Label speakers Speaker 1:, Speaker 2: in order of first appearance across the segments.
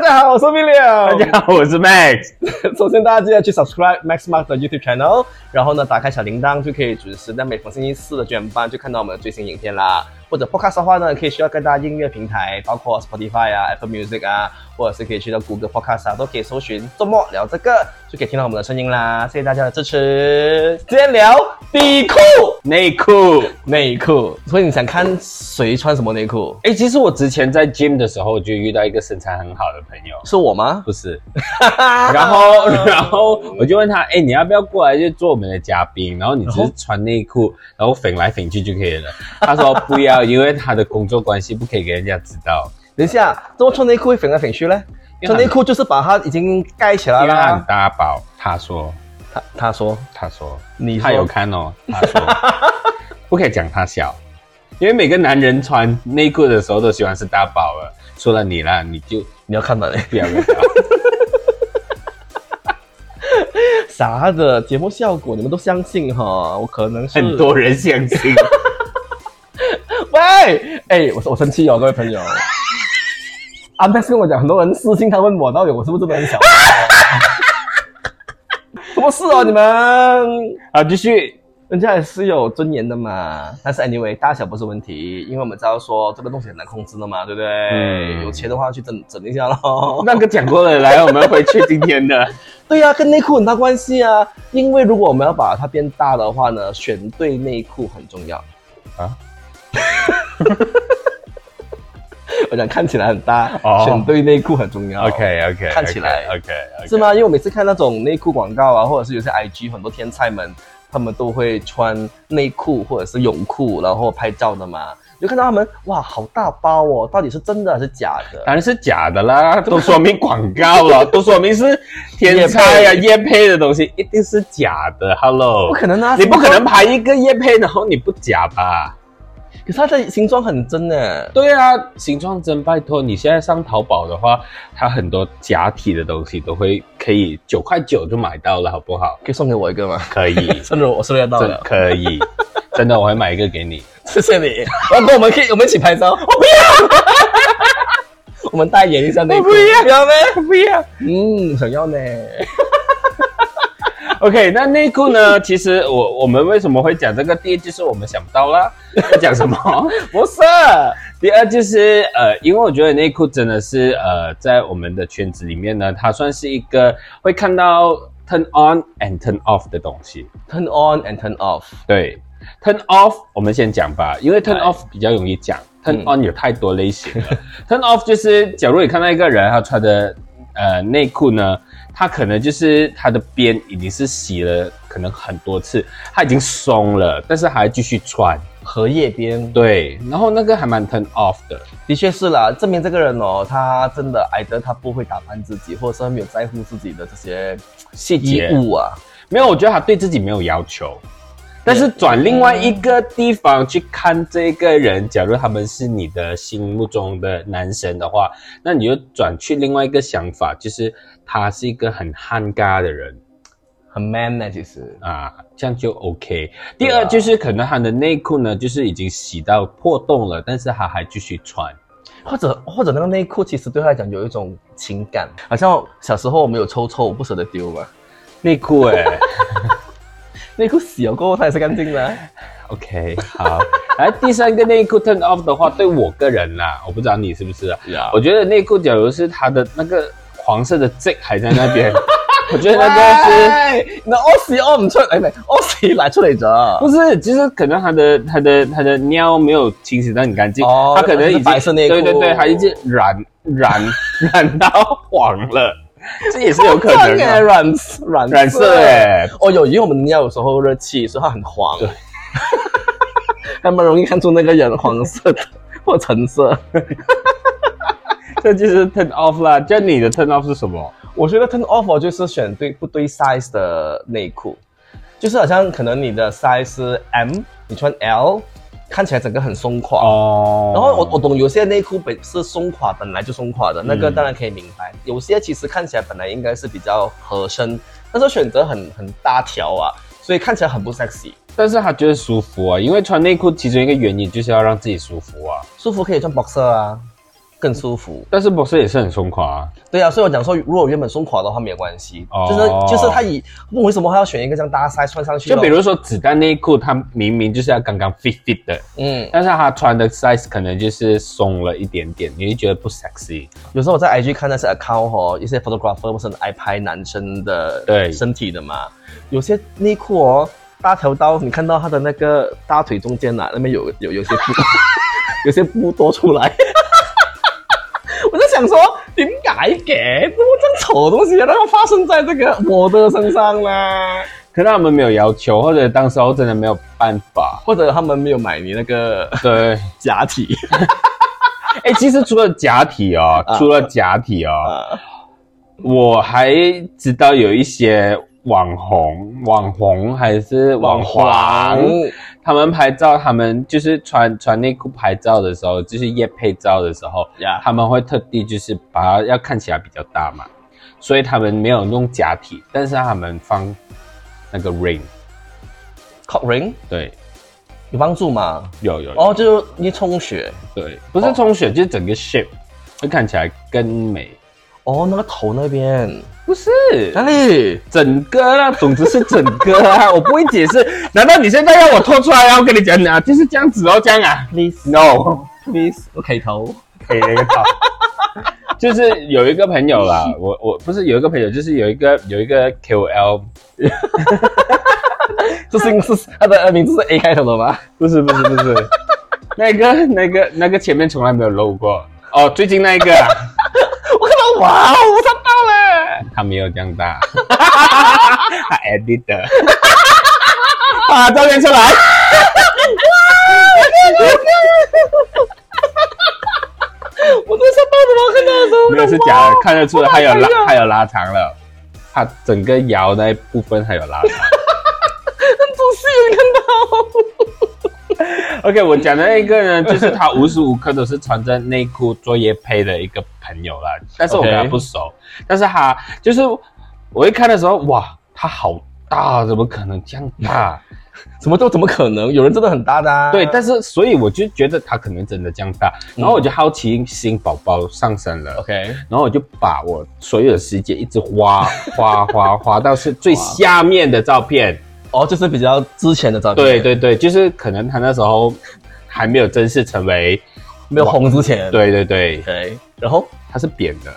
Speaker 1: 家好，我是 William。
Speaker 2: 大家好，我是 Max。
Speaker 1: 首先，大家记得去 subscribe Max Mark 的 YouTube channel，然后呢，打开小铃铛就可以准时在每逢星期四的九点半就看到我们的最新影片啦。或者 Podcast 的话呢，可以需要各大音乐平台，包括 Spotify 啊、Apple Music 啊，或者是可以去到谷歌 Podcast 啊，都可以搜寻“周末聊这个”，就可以听到我们的声音啦。谢谢大家的支持。今天聊底裤，
Speaker 2: 内裤，
Speaker 1: 内裤。所以你想看谁穿什么内裤？
Speaker 2: 哎、其实我之前在 gym 的时候就遇到一个身材很好的朋友，
Speaker 1: 是我吗？
Speaker 2: 不是，
Speaker 1: 啊
Speaker 2: 然后然后我就问他，哎、你要不要过来就做我们的嘉宾？然后你只是穿内裤，然后粉来粉去就可以了。他说不要，因为他的工作关系不可以给人家知道，
Speaker 1: 等一下，怎么穿内裤会粉来粉去嘞？
Speaker 2: 因为
Speaker 1: 穿
Speaker 2: 他
Speaker 1: 内裤就是把它已经盖起来
Speaker 2: 因为他很
Speaker 1: 了。
Speaker 2: 大包。他说，
Speaker 1: 他他说，
Speaker 2: 他说，
Speaker 1: 你
Speaker 2: 他
Speaker 1: 说
Speaker 2: 有看哦，他说 不可以讲他小，因为每个男人穿内裤的时候都喜欢是大包了，除了你啦，你就
Speaker 1: 你要看吗？嘞？
Speaker 2: 不要不要。
Speaker 1: 啥的节目效果你们都相信哈？我可能是
Speaker 2: 很。多人相信。
Speaker 1: 喂，哎，我我生气哦，各位朋友。阿 Max 跟我讲，很多人私信他问我，到底我是不是真的很小？ 什么事哦，你们？
Speaker 2: 好，啊继续。
Speaker 1: 人家也是有尊严的嘛。但是 anyway，大小不是问题，因为我们知道说这个东西很难控制的嘛，对不对？
Speaker 2: 嗯
Speaker 1: 有钱的话去整整一下咯。
Speaker 2: 那个讲过了，来，我们回去今天 的。
Speaker 1: 对呀、跟内裤很大关系啊。因为如果我们要把它变大的话呢，选对内裤很重要
Speaker 2: 啊
Speaker 1: 啊。 我想看起来很大，
Speaker 2: 哦
Speaker 1: 选对内裤很重要。
Speaker 2: OK OK，
Speaker 1: 看起来
Speaker 2: OK，, o k
Speaker 1: 是？吗？因为我每次看那种内裤广告啊，或者是有些 IG 很多天菜们，他们都会穿内裤或者是泳裤，然后拍照的嘛。你就看到他们哇，好大包哦，到底是真的还是假的？
Speaker 2: 当然是假的啦， 都说明广告 了，都说明是天菜呀、叶配的东西，一定是假的。Hello，
Speaker 1: 不可能啊！
Speaker 2: 你不可能拍一个叶配，然后你不假吧？
Speaker 1: 可是它的形状很真呢。
Speaker 2: 对啊，形状真拜托，你现在上淘宝的话，它很多假体的东西都会可以九块九就买到了，好不好？
Speaker 1: 可以送给我一个吗？，
Speaker 2: 可以
Speaker 1: 真的，我收得到
Speaker 2: 真
Speaker 1: 了，
Speaker 2: 可以，真的，我会买一个给你。
Speaker 1: 谢谢你。然后我们可以我们一起拍照。我不要，我们代言一下内裤。
Speaker 2: 我不要
Speaker 1: 不要呗。
Speaker 2: 不要。
Speaker 1: 嗯，想要呢。
Speaker 2: OK，那内裤呢？ 其实我我们为什么会讲这个？第一就是我们想不到 啦，要讲什么？
Speaker 1: 不是，
Speaker 2: 第二就是呃，因为我觉得内裤真的是呃，在我们的圈子里面呢，它算是一个会看到 turn on and turn off 的东西。
Speaker 1: turn on and turn off。
Speaker 2: 对，turn off 我们先讲吧，因为 turn
Speaker 1: 来
Speaker 2: off 比较容易讲，turn
Speaker 1: 嗯
Speaker 2: on 有太多类型了。turn off 就是，假如你看到一个人他穿的呃内裤呢，他可能就是他的边已经是洗了可能很多次，他已经松了，但是还继续穿。
Speaker 1: 荷叶边，
Speaker 2: 对，然后那个还蛮 turn off 的。
Speaker 1: 的确是啦，证明这个人哦，他真的矮得他不会打扮自己，或者是他没有在乎自己的这些
Speaker 2: 细
Speaker 1: 衣
Speaker 2: 节
Speaker 1: 物啊。
Speaker 2: 没有，我觉得他对自己没有要求。但是转另外一个地方去看这个人，假如他们是你的心目中的男神的话，那你就转去另外一个想法，就是他是一个很憨尬的人
Speaker 1: 很 man 呢，其实
Speaker 2: 啊，这样就 OK。第
Speaker 1: 对啊
Speaker 2: 二就是可能他的内裤呢，就是已经洗到破洞了，但是他还继续穿。
Speaker 1: 或者或者那个内裤，其实对他来讲有一种情感，好像小时候我们有抽抽，我不舍得丢嘛，
Speaker 2: 内裤哎、
Speaker 1: 内裤洗了过后它也是干净 的。
Speaker 2: OK，好。来第三个内裤 turn off 的话，对我个人啦，我不知道你是不是啊，我觉得内裤，假如是它的那个黄色的 Z 还在 那边，我觉得那个是
Speaker 1: 是那屙屎屙唔出，哎唔係屙屎拿出嚟咗。
Speaker 2: 不是？就是可能它的它的它的尿没有清洗得很干净，
Speaker 1: 哦
Speaker 2: 它可能已经
Speaker 1: 是白色内裤
Speaker 2: 对对对，它已经染染 染到黄了，这也是有可能
Speaker 1: 哎，
Speaker 2: 的。
Speaker 1: 染染
Speaker 2: 染色哎、
Speaker 1: 哦，有，因为我们尿有时候热气，所以它很黄， 对，还蛮容易看出那个人黄色的 或橙色。
Speaker 2: 这就是 turn off 啦。就你的 turn off 是什么？
Speaker 1: 我觉得 turn off 哦就是选对不对 size 的内裤，就是好像可能你的 size 是 M，你穿 L，看起来整个很松垮。
Speaker 2: 哦
Speaker 1: 然后我我懂有些内裤本是松垮，本来就松垮的，那个
Speaker 2: 嗯
Speaker 1: 当然可以明白。有些其实看起来本来应该是比较合身，但是选择很很大条啊，所以看起来很不 sexy。
Speaker 2: 但是他觉得舒服啊，因为穿内裤其中一个原因就是要让自己舒服啊。
Speaker 1: 舒服可以穿 boxer 啊，更舒服。
Speaker 2: 但是博士也是很松垮啊。
Speaker 1: 对啊，所以我讲说，如果原本松垮的话没有关系，
Speaker 2: 哦
Speaker 1: 就是就是他以为什么他要选一个这样大 size 穿上去
Speaker 2: 就
Speaker 1: 咯？
Speaker 2: 比如说子弹内裤，它明明就是要刚刚 fit fit 的，
Speaker 1: 嗯，
Speaker 2: 但是它穿的 size 可能就是松了一点点，你就觉得不 sexy。
Speaker 1: 有时候我在 IG 看那些 account 哦，一些 photographer 不是很爱拍男生的
Speaker 2: 对
Speaker 1: 身体的嘛，有些内裤哦，大条到你看到他的那个大腿中间呐、啊那边有有有些布， 有些布多出来。 我就想说，点解嘅？怎么这样丑的东西啊，然后发生在这个我的身上呢？
Speaker 2: 可能他们没有要求，或者当时候真的没有办法。
Speaker 1: 或者他们没有买你那个
Speaker 2: 对，
Speaker 1: 假体
Speaker 2: 哎、其实除了假体哦
Speaker 1: 啊，
Speaker 2: 除了假体哦，
Speaker 1: 啊？
Speaker 2: 我还知道有一些网红、网红还是网黄，他们拍照，他们就是穿穿内裤拍照的时候，就是夜配照的时候，
Speaker 1: 呀
Speaker 2: 他们会特地就是把它要看起来比较大嘛，所以他们没有弄假体，但是他们放那个 ring，
Speaker 1: c o c ring
Speaker 2: 对，
Speaker 1: 有帮助吗？
Speaker 2: 有有
Speaker 1: 哦，
Speaker 2: 哦，
Speaker 1: 就是你充血。
Speaker 2: 对，不是充血，就是整个 shape 会看起来更美，
Speaker 1: 哦，那个头那边
Speaker 2: 不是。
Speaker 1: 哪里？
Speaker 2: 整个啦，总之是整个啊，我不会解释。 难道你现在要我拖出来，然后跟你讲啊，就是这样子哦，这样啊
Speaker 1: Please
Speaker 2: ？No，
Speaker 1: please，OK 头。
Speaker 2: 可以那个套。 就是有一个朋友啦，我我不是有一个朋友，就是有一个有一个 KOL，
Speaker 1: 这是是他的名字是 A 开头的吗？
Speaker 2: 不是不是 不是，那个那个那个前面从来没有露过哦，最近那一个啊，
Speaker 1: 我看到哇，哦我看到了。
Speaker 2: 他没有这样大，他 edit 的，把照片出来。
Speaker 1: 我真的吓到了，我看到的时候
Speaker 2: 没有是假的，看得出来它有拉
Speaker 1: 哎呀，
Speaker 2: 它有拉长了，它整个腰那一部分还有拉长。
Speaker 1: 很仔细，你看
Speaker 2: OK，我讲的那一个呢，就是他无时无刻都是穿着内裤做夜配的一个朋友啦，但是我
Speaker 1: OK
Speaker 2: 跟他不熟但是他就是我一看的时候，哇，他好大，怎么可能这样大？
Speaker 1: 到，怎么都怎么可能？有人真的很大的、啊。
Speaker 2: 对，但是所以我就觉得他可能真的这样大，然后我就好奇心宝宝上身了。
Speaker 1: OK，
Speaker 2: 然后我就把我所有的时间一直 花花花花到是最下面的照片。
Speaker 1: 哦，就是比较之前的照片，
Speaker 2: 对，对对，就是可能他那时候还没有正式成 为，
Speaker 1: 没有红之前。
Speaker 2: 对对对，
Speaker 1: ，OK，然后
Speaker 2: 他是扁 的，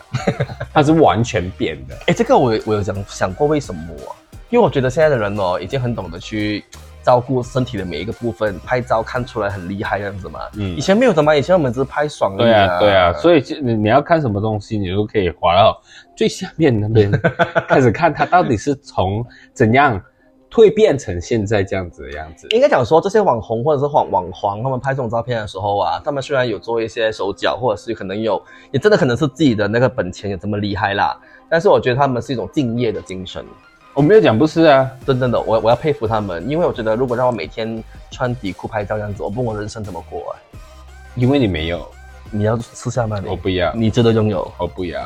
Speaker 2: 他是完全扁的。
Speaker 1: 哎，这个我有我有想想过为什么啊、因为我觉得现在的人哦，已经很懂得去照顾身体的每一个部分，拍照看出来很厉害这样子嘛。
Speaker 2: 嗯
Speaker 1: 以前没有的嘛，以前我们只是拍爽而已
Speaker 2: 对啊对啊，
Speaker 1: 以
Speaker 2: 所以就你你要看什么东西，你就可以滑到最下面那 边开始看他到底是从怎样蜕变成现在这样子的样子。
Speaker 1: 应该讲说，这些网红或者是网网黄，他们拍这种照片的时候啊，他们虽然有做一些手脚，或者是可能有，也真的可能是自己的那个本钱有这么厉害啦。但是我觉得他们是一种敬业的精神，
Speaker 2: 我没有讲不是啊，
Speaker 1: 真正的，我我要佩服他们，因为我觉得如果让我每天穿底裤拍照这样子，我问我人生怎么过、啊？
Speaker 2: 因为你没有，
Speaker 1: 你要吃下吗？
Speaker 2: 我
Speaker 1: 你
Speaker 2: 不要，
Speaker 1: 你值得拥有。
Speaker 2: 我不要。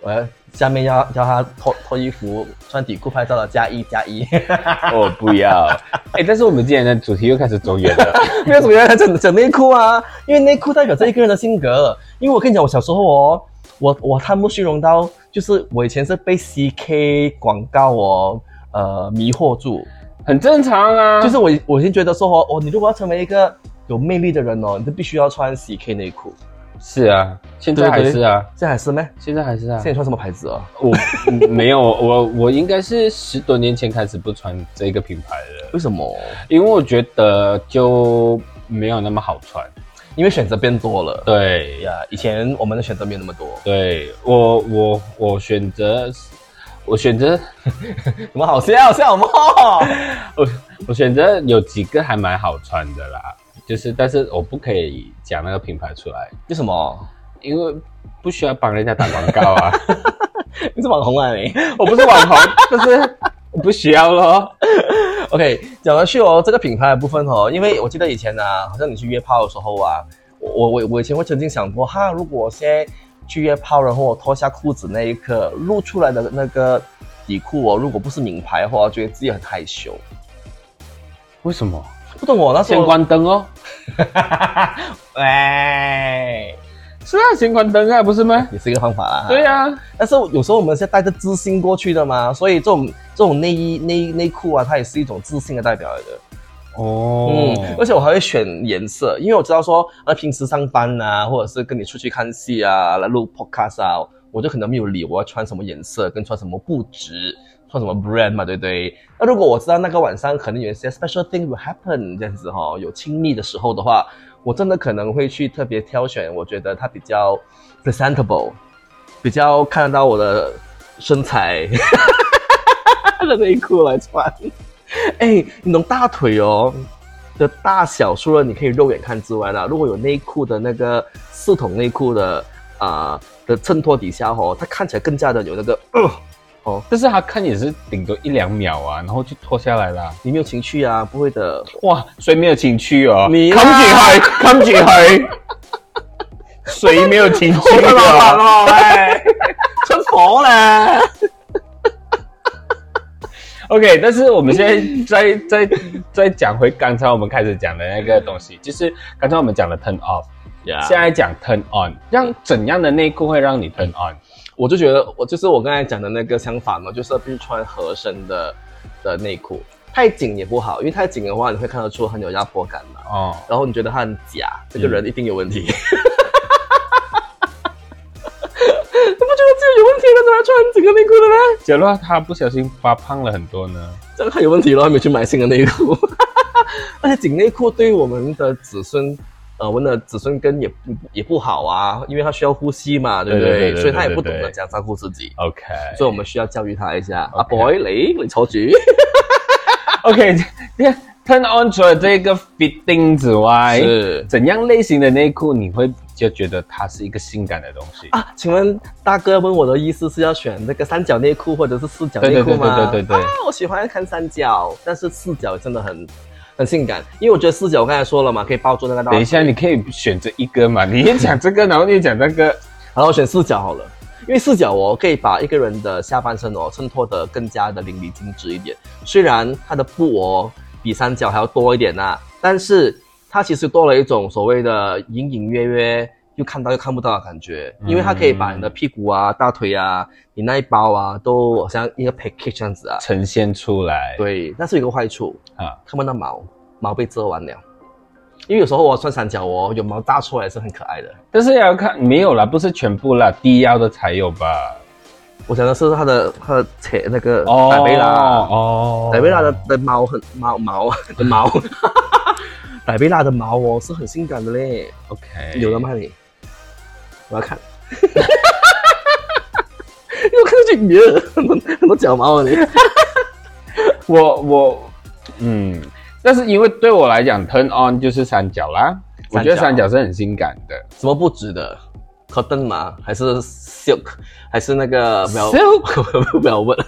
Speaker 1: 我要下面要叫他脱脱衣服、穿底裤拍照的加一加一，
Speaker 2: 我不要。哎、但是我们今天的主题又开始走远 了。
Speaker 1: 没有什么原来整整内裤啊，因为内裤代表着一个人的性格。因为我跟你讲，我小时候哦，我我贪慕虚荣到，就是我以前是被 CK 广告哦。呃，迷惑住，
Speaker 2: 很正常啊，
Speaker 1: 就是我我已经觉得说哦，哦，你如果要成为一个有魅力的人哦，你就必须要穿 CK 内裤，
Speaker 2: 是啊，现在还是啊，
Speaker 1: 这样还是咩？
Speaker 2: 现在还是啊
Speaker 1: 现在。你穿什么牌子哦？
Speaker 2: 我嗯没有，我我应该是十多年前开始不穿这个品牌了，
Speaker 1: 为什么？
Speaker 2: 因为我觉得就没有那么好穿。
Speaker 1: 因为选择变多了。
Speaker 2: 对
Speaker 1: 呀，以前我们的选择没有那么多，
Speaker 2: 对，我我我选择，我选择
Speaker 1: 什么好笑笑什么？
Speaker 2: 我选择有几个还蛮好穿的啦，就是但是我不可以讲那个品牌出来，
Speaker 1: 为什 么？
Speaker 2: 因为不需要帮人家打广告啊。
Speaker 1: 你是网红啊你
Speaker 2: 我不是网红，但是不需要咯。
Speaker 1: ？OK，讲到去哦，这个品牌的部分哦，因为我记得以前呢、啊，好像你去约炮的时候啊，我我我以前会曾经想过，哈，如果我现在去约炮，然后我脱下裤子那一刻露出来的那个底裤哦，如果不是名牌的话，我觉得自己很害羞。哦
Speaker 2: 为什么？ 哦
Speaker 1: 不懂我那时
Speaker 2: 先
Speaker 1: 候，
Speaker 2: 关灯哦。
Speaker 1: 哎，
Speaker 2: 是啊，闪光灯啊，不是吗？
Speaker 1: 也是一个方法啦。
Speaker 2: 对啊呀、
Speaker 1: 但是有时候我们是带着自信过去的嘛，所以这种这种内衣、内内裤啊，它也是一种自信的代表来的。
Speaker 2: 哦
Speaker 1: 嗯，而且我还会选颜色，因为我知道说，呃，平时上班啊，或者是跟你出去看戏啊，来录 podcast 啊，我就可能没有理我要穿什么颜色，跟穿什么布质，穿什么 brand 嘛，对不对？那如果我知道那个晚上可能有一些 special thing will happen 这样子哈、有亲密的时候的话，我真的可能会去特别挑选，我觉得它比较 presentable，比较看得到我的身材 的内裤来穿。哎，你懂大腿哦的大小，除了你可以肉眼看之外呢，如果有内裤的那个四筒内裤的啊、的衬托底下哦，它看起来更加的有那个，呃
Speaker 2: 但是他看也是顶多一两秒啊，然后就脱下来啦。
Speaker 1: 你没有情趣啊，不会的。
Speaker 2: 哇，水没有情趣哦，
Speaker 1: 你啦
Speaker 2: 冚住佢，冚住佢，水沒有情趣哦，
Speaker 1: 哦，哎，出火了。
Speaker 2: OK，但是我们现在 再再再讲回刚才我们开始讲的那个东西，就是刚才我们讲的 turn off，现
Speaker 1: 啊
Speaker 2: 在讲 turn on，让怎样的内裤会让你 turn on？
Speaker 1: 我就觉得我就是我刚才讲的那个相反嘛，就是必须穿合身的的内裤，太紧也不好，因为太紧的话你会看得出很有压迫感嘛。
Speaker 2: 哦，
Speaker 1: 然后你觉得他很假，这个人一定有问题。你不觉 得这个有问题的，怎么还穿整个内裤的呢？
Speaker 2: 假如他不小心发胖了很多呢？
Speaker 1: 这样太有问题了，还没去买新的内裤。 而且紧内裤对于我们的子孙，呃，我们的子孙根也不也不好啊，因为他需要呼吸嘛，对不对？
Speaker 2: 对对对对
Speaker 1: 所以他也不懂
Speaker 2: 对
Speaker 1: 得
Speaker 2: 对
Speaker 1: 怎样照顾自己，
Speaker 2: OK，
Speaker 1: 所以我们需要教育他一下。
Speaker 2: OK
Speaker 1: 阿 boy，你你坐住。
Speaker 2: OK，你看 turn on 除了这个 fitting 之外，
Speaker 1: 是
Speaker 2: 怎样类型的内裤你会就觉得它是一个性感的东西？
Speaker 1: 啊，请问大哥问我的意思是要选那个三角内裤或者是四角
Speaker 2: 对
Speaker 1: 内
Speaker 2: 对
Speaker 1: 裤
Speaker 2: 对对
Speaker 1: 吗？
Speaker 2: 对对对
Speaker 1: 啊，我喜欢看三角，但是四角真的很很性感，因为我觉得四角我刚才说了嘛，可以包住那个大。
Speaker 2: 等一，下，你可以选择一个嘛，你也讲这个，然后你也讲那个，
Speaker 1: 然后我选四角好了，因为四角哦可以把一个人的下半身哦衬托得更加的淋漓尽致一点，虽然它的布哦比三角还要多一点呐、但是它其实多了一种所谓的隐隐约约。又看到又看不到的感觉，因为它可以把你的屁股啊、大腿啊、你那一包啊，都好像一个 package 这样子啊。
Speaker 2: 呈现出来。
Speaker 1: 对，但是有个坏处，
Speaker 2: 啊，
Speaker 1: 看不到毛，毛被遮完了。因为有时候我穿三角哦，有毛搭出来是很可爱的。
Speaker 2: 但是也要看没有啦，不是全部啦，低腰的才有吧？
Speaker 1: 我讲的是它的它的切那个奶贝拉，
Speaker 2: 哦
Speaker 1: 奶贝拉的的毛很毛毛啊的毛， 奶贝拉的毛哦是很性感的嘞。
Speaker 2: ，OK，
Speaker 1: 有了？吗你？我要 看。因为我看上去耶，很多很多脚毛啊你。
Speaker 2: 我我嗯，但是因为对我来讲，turn on 就是三角啦，我觉得
Speaker 1: 三
Speaker 2: 三
Speaker 1: 角
Speaker 2: 角是很性感的。
Speaker 1: 什么布质的？cotton 吗？还是 silk？还是那个 vel- velvet？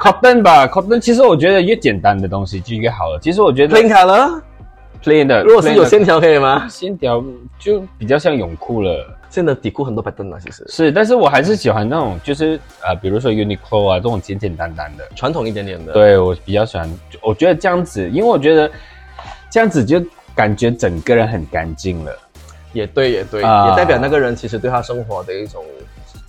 Speaker 2: cotton 吧，cotton。其实我觉得越简单的东西就越好了。其实我觉得
Speaker 1: plain color，
Speaker 2: plain 的，
Speaker 1: 如果是有
Speaker 2: plain 的
Speaker 1: 线条可以吗？
Speaker 2: 线条就比较像泳裤了。
Speaker 1: 现在底裤很多 pattern 啊，其实
Speaker 2: 是，但是我还是喜欢那种就是呃，比如说 Uniqlo 啊这种简简单单的。
Speaker 1: 传统一点点的。，
Speaker 2: 对我比较喜欢，我觉得这样子，因为我觉得这样子就感觉整个人很干净了。
Speaker 1: 也对，也对，
Speaker 2: 啊
Speaker 1: 也代表那个人其实对他生活的一种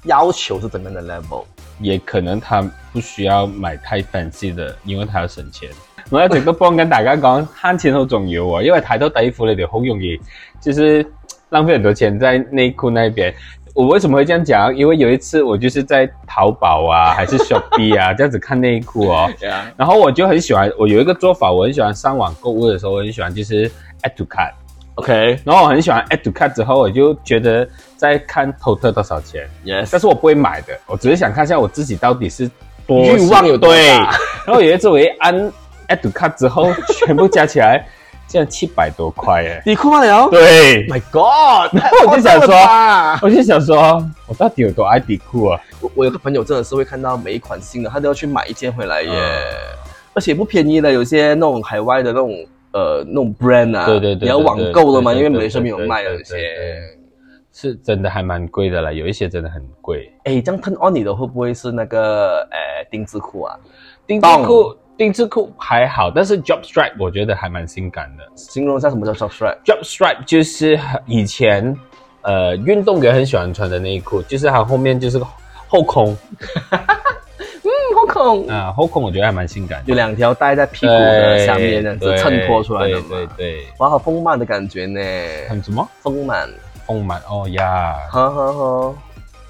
Speaker 1: 要求是怎么样的 level。
Speaker 2: 也可能他不需要買太 fancy 的，因為他要省錢。我一直都幫緊大家講慳錢好重要喎，因為太多底褲你哋好容易就是浪費很多錢在內褲那邊。我為什麼會這樣講？因為有一次我就是在淘寶啊，還是 Shopee 啊，這樣子看內褲哦。
Speaker 1: 对啊，
Speaker 2: 然後我就很喜歡，我有一個做法，我很喜歡上網購物的時候，我很喜歡就是 add to cart。
Speaker 1: OK，Yes，
Speaker 2: 然後我很喜歡 add to cart 之後，我就覺得在看 total 多少錢。但是我不会买的，我只是想看一下我自己到底是多
Speaker 1: 欲望有多
Speaker 2: 对。
Speaker 1: 大
Speaker 2: 然后有一次我一按 add to cart 之后，全部加起来竟然七百多块耶！
Speaker 1: 底裤罢了。
Speaker 2: 对，
Speaker 1: 啊 My God！
Speaker 2: 然后 我就想
Speaker 1: 太夸张了
Speaker 2: 说
Speaker 1: 吧
Speaker 2: 我就想说，我到底有多爱底裤啊？
Speaker 1: 我我有个朋友真的是会看到每一款新的，他都要去买一件回来耶，
Speaker 2: 嗯
Speaker 1: 而且不便宜的，有些那种海外的那种呃那种 brand 啊，
Speaker 2: 对对对对
Speaker 1: 你要网购了嘛，
Speaker 2: 对
Speaker 1: 因
Speaker 2: 对
Speaker 1: 为
Speaker 2: 对
Speaker 1: 美生没有卖的
Speaker 2: 对
Speaker 1: 有
Speaker 2: 对
Speaker 1: 些
Speaker 2: 对。是真的还蛮贵的啦，有一些真的很贵。
Speaker 1: 哎，这样 turn on 你的会不会是那个呃丁字裤啊？
Speaker 2: 定制
Speaker 1: 棒
Speaker 2: 裤，定制裤还好，但是 job stripe 我觉觉得还蛮性感的。
Speaker 1: 形容一下什么叫 s h o p s r i p
Speaker 2: job stripe 就是以前呃运动员很喜欢穿的内裤，就是它后面就是后空
Speaker 1: 嗯，好恐。
Speaker 2: 啊、后空我觉得还蛮性感的，
Speaker 1: 有两条带在屁股的
Speaker 2: 对
Speaker 1: 下面，这样子
Speaker 2: 对
Speaker 1: 衬托出来的
Speaker 2: 对对
Speaker 1: 嘛。
Speaker 2: 对，
Speaker 1: 哇，好丰满的感觉呢，
Speaker 2: 很什么
Speaker 1: 丰满，
Speaker 2: 丰满哦呀
Speaker 1: 呵呵呵。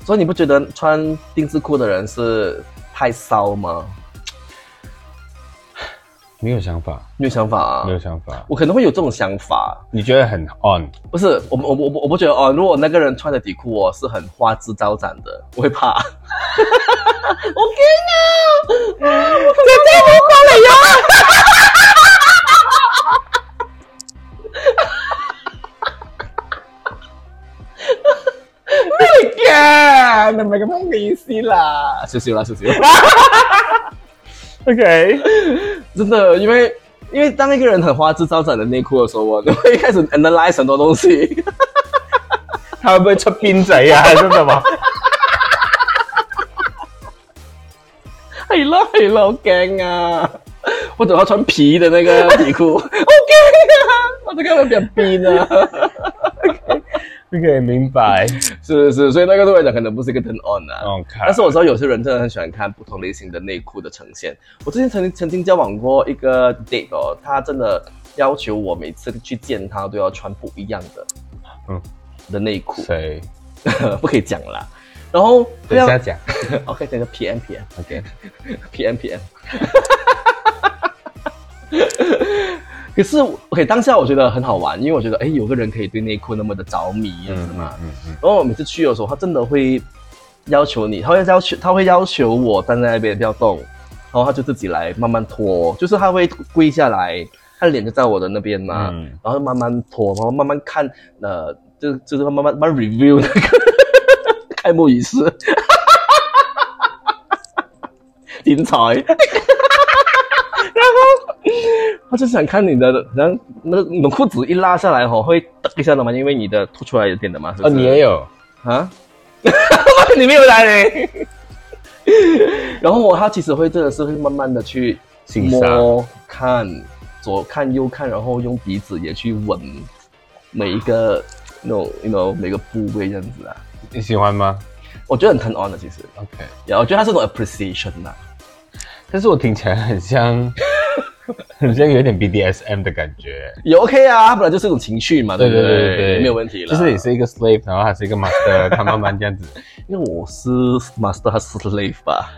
Speaker 1: 所以你不觉得穿丁字裤的人是太骚吗？
Speaker 2: 没有想法，
Speaker 1: 你有想法啊
Speaker 2: 没？有想法，
Speaker 1: 我可能会有这种想法，
Speaker 2: 你觉得很 on？
Speaker 1: 不是我我我我不觉得哦，如果那个人穿的底裤哦是很花枝招展的，我会怕。OK 呢，我姐姐我过了呀。你嘅，你唔係咁樣嘅意思啦，少少啦，少少。OK，真的，因为因为当一个人很花枝招展的内裤的时候，我就会开始 analyze 很多东西。
Speaker 2: 他会不会出边仔啊？还是什么？
Speaker 1: 系咯系咯，好惊啊！我等要穿皮的那个底裤，好 惊啊！我这个会变冰啊！
Speaker 2: 不可以明 白。 哦
Speaker 1: 是是，所以那个对我来讲可能不是一个 turn on 啊。
Speaker 2: OK，
Speaker 1: 但是我知道有些人真的很喜欢看不同类型的内裤的呈现。我之前曾曾经交往过一个 date 哦，他真的要求我每次去见他都要穿不一样的，嗯
Speaker 2: 嗯，
Speaker 1: 的内裤，
Speaker 2: 谁？
Speaker 1: 不可以讲啦。然后
Speaker 2: 等一下讲。
Speaker 1: ，OK，等一下 PM PM。
Speaker 2: OK，
Speaker 1: PM PM。可是 OK，当下我觉得很好玩，因为我觉得哎，有个人可以对内裤那么的着迷，啊这样子嘛。
Speaker 2: 嗯嗯，
Speaker 1: 然后我每次去的时候，他真的会要求你，他会要求，他会要求我站在那边不要动，然后他就自己来慢慢脱，就是他会跪下来，他脸就在我的那边嘛，
Speaker 2: 嗯
Speaker 1: 然后慢慢脱，然后慢慢看，呃，就就是慢慢慢慢 review 那个开幕仪式，剪彩， 然后。他就想看你的，然后那个你的裤子一拉下来吼，会噔一下的嘛，因为你的凸出来一点的嘛。是不
Speaker 2: 哦，
Speaker 1: 是
Speaker 2: 你也有，
Speaker 1: 啊？ 你没有来嘞。然后我他其实会真的是会慢慢的去
Speaker 2: 欣赏
Speaker 1: 摸看左看右看，然后用鼻子也去闻每一个那种 you know 每个部位这样子啊。
Speaker 2: 你喜欢吗
Speaker 1: 我觉得很 turn on 的，其实，
Speaker 2: ？OK，
Speaker 1: 呀我觉得它是一种 appreciation 啊呐、
Speaker 2: 但是我听起来很 像，很像有点 BDSM 的感觉。
Speaker 1: 也 OK 啊，它本来就是一种情绪嘛，
Speaker 2: 对
Speaker 1: 不
Speaker 2: 对对对，
Speaker 1: 没有问题了。
Speaker 2: 就是你是一个 slave，然后他是一个 master，他 慢慢这样子。
Speaker 1: 因为我是 master 还是 slave 吧？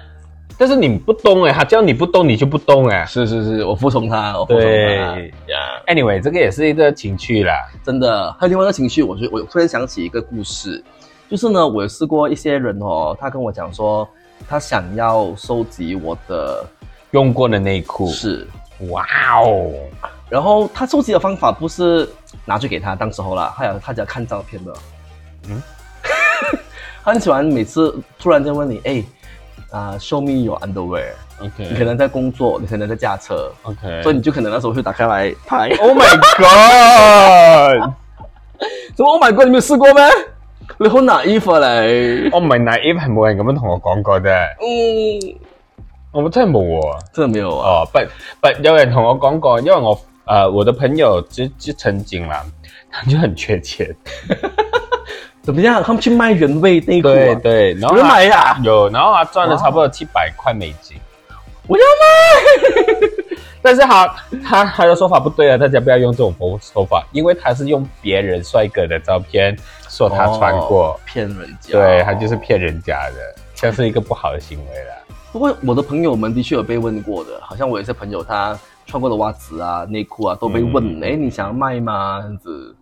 Speaker 2: 但是你不动哎、他叫你不动，你就不动哎、
Speaker 1: 是是是，我服从他，我服从他
Speaker 2: 对
Speaker 1: 呀。
Speaker 2: Anyway，这个也是一个情趣啦。
Speaker 1: 真的，还有另外一个情绪，我觉得我突然想起一个故事，就是呢，我有试过一些人哦，他跟我讲说，他想要收集我的
Speaker 2: 用过的内裤，
Speaker 1: 是，
Speaker 2: 哇哦，
Speaker 1: 然后他收集的方法不是拿去给他，当时候啦，他有他只要看照片的，嗯
Speaker 2: 嗯，
Speaker 1: 他很喜欢每次突然间问你，哎，啊、s h o w me your underwear，你可
Speaker 2: OK
Speaker 1: 能在工作，你可能在驾车，
Speaker 2: OK，
Speaker 1: 所以你就可能那时候会打开来拍。
Speaker 2: Oh my god！
Speaker 1: 怎么 Oh my God，你没有试过咩？你好 naive 啊你，
Speaker 2: 我唔係 Oh naive，係冇人咁樣同我講過啫，
Speaker 1: 嗯，
Speaker 2: 我真係冇喎。
Speaker 1: 真的没有啊。
Speaker 2: 哦，不不，有人同我講過，因為我呃我的朋友就就曾經啦， 他就很缺 錢，
Speaker 1: 怎么样？他们去卖原味内裤、啊，
Speaker 2: 对对，然
Speaker 1: 有啊
Speaker 2: 后
Speaker 1: 人
Speaker 2: 他
Speaker 1: 买呀、
Speaker 2: 有，然后他賺了差不多七百塊美金，
Speaker 1: 我要
Speaker 2: 但是他他他的说法不对啊，大家不要用这种手手法，因为他是用别人帅哥的照片说他穿过，
Speaker 1: 哦骗人家，
Speaker 2: 对他就是。骗人家的，这是一个不好的行 为啦。
Speaker 1: 不过我的朋友们的确有被问过的，好像我有些朋友他穿过的袜子啊、内裤啊都被问，
Speaker 2: 嗯
Speaker 1: 哎、你想要卖吗？这样子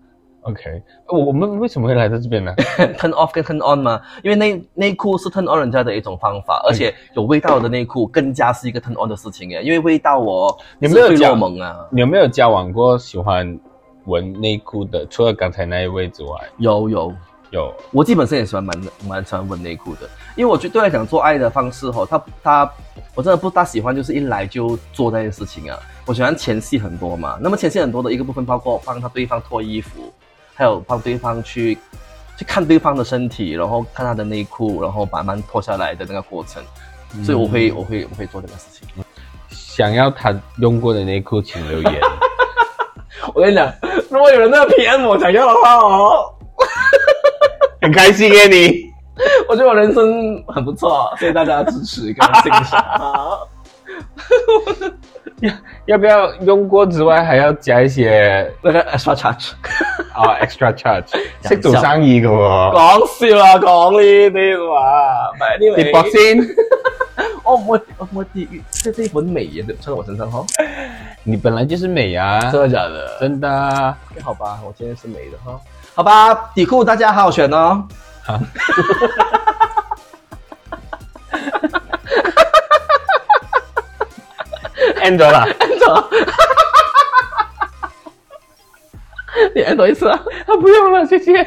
Speaker 2: OK，我我们为什么会来到这边呢？
Speaker 1: turn off 跟 turn on 吗？因为内内裤是 turn on 人家的一种方法，
Speaker 2: 嗯
Speaker 1: 而且有味道的内裤更加是一个 turn on 的事情耶，因为味道哦，
Speaker 2: 你没有
Speaker 1: 是费洛
Speaker 2: 讲
Speaker 1: 蒙啊？
Speaker 2: 你有没有交往过喜欢闻内裤的？除了刚才那一位之外，
Speaker 1: 有有，
Speaker 2: 有
Speaker 1: 我自己本身也喜欢蛮蛮喜欢闻内裤的，因为我觉得对我来讲做爱的方式吼，他他我真的不大喜欢，就是一来就做那件事情啊。我喜欢前戏很多嘛，那么前戏很多的一个部分包括帮他对方脱衣服，还有帮对方去去看对方的身体，然后看他的内裤，然后慢慢脱下来的那个过程。所以我会我会我会做这个事情。
Speaker 2: 想要他用过的内裤，请留言。
Speaker 1: 我跟你讲，如果有人在 PM 我想要的话哦，
Speaker 2: 很开心耶你。
Speaker 1: 我觉得我人生很不错，所以大家支持跟欣赏。
Speaker 2: 要不要用过之外还要加一些
Speaker 1: 那个 extra charge，
Speaker 2: 啊、extra charge？
Speaker 1: 講
Speaker 2: 識做生意哦嘅
Speaker 1: 講
Speaker 2: 喎，
Speaker 1: 笑啊，講呢啲話，唔係
Speaker 2: 跌
Speaker 1: 呢
Speaker 2: 博先。
Speaker 1: 我唔會，我唔會跌，即係呢本美嘢就出到我身上呵。
Speaker 2: 你本来就是美啊，
Speaker 1: 真的假的？
Speaker 2: 真的啊。
Speaker 1: 好吧，我今天是美的哈。好吧，底裤大家好好选 哦。
Speaker 2: 好 end 咗啦，
Speaker 1: 你按多一次啊。
Speaker 2: 啊啊不用了，谢谢。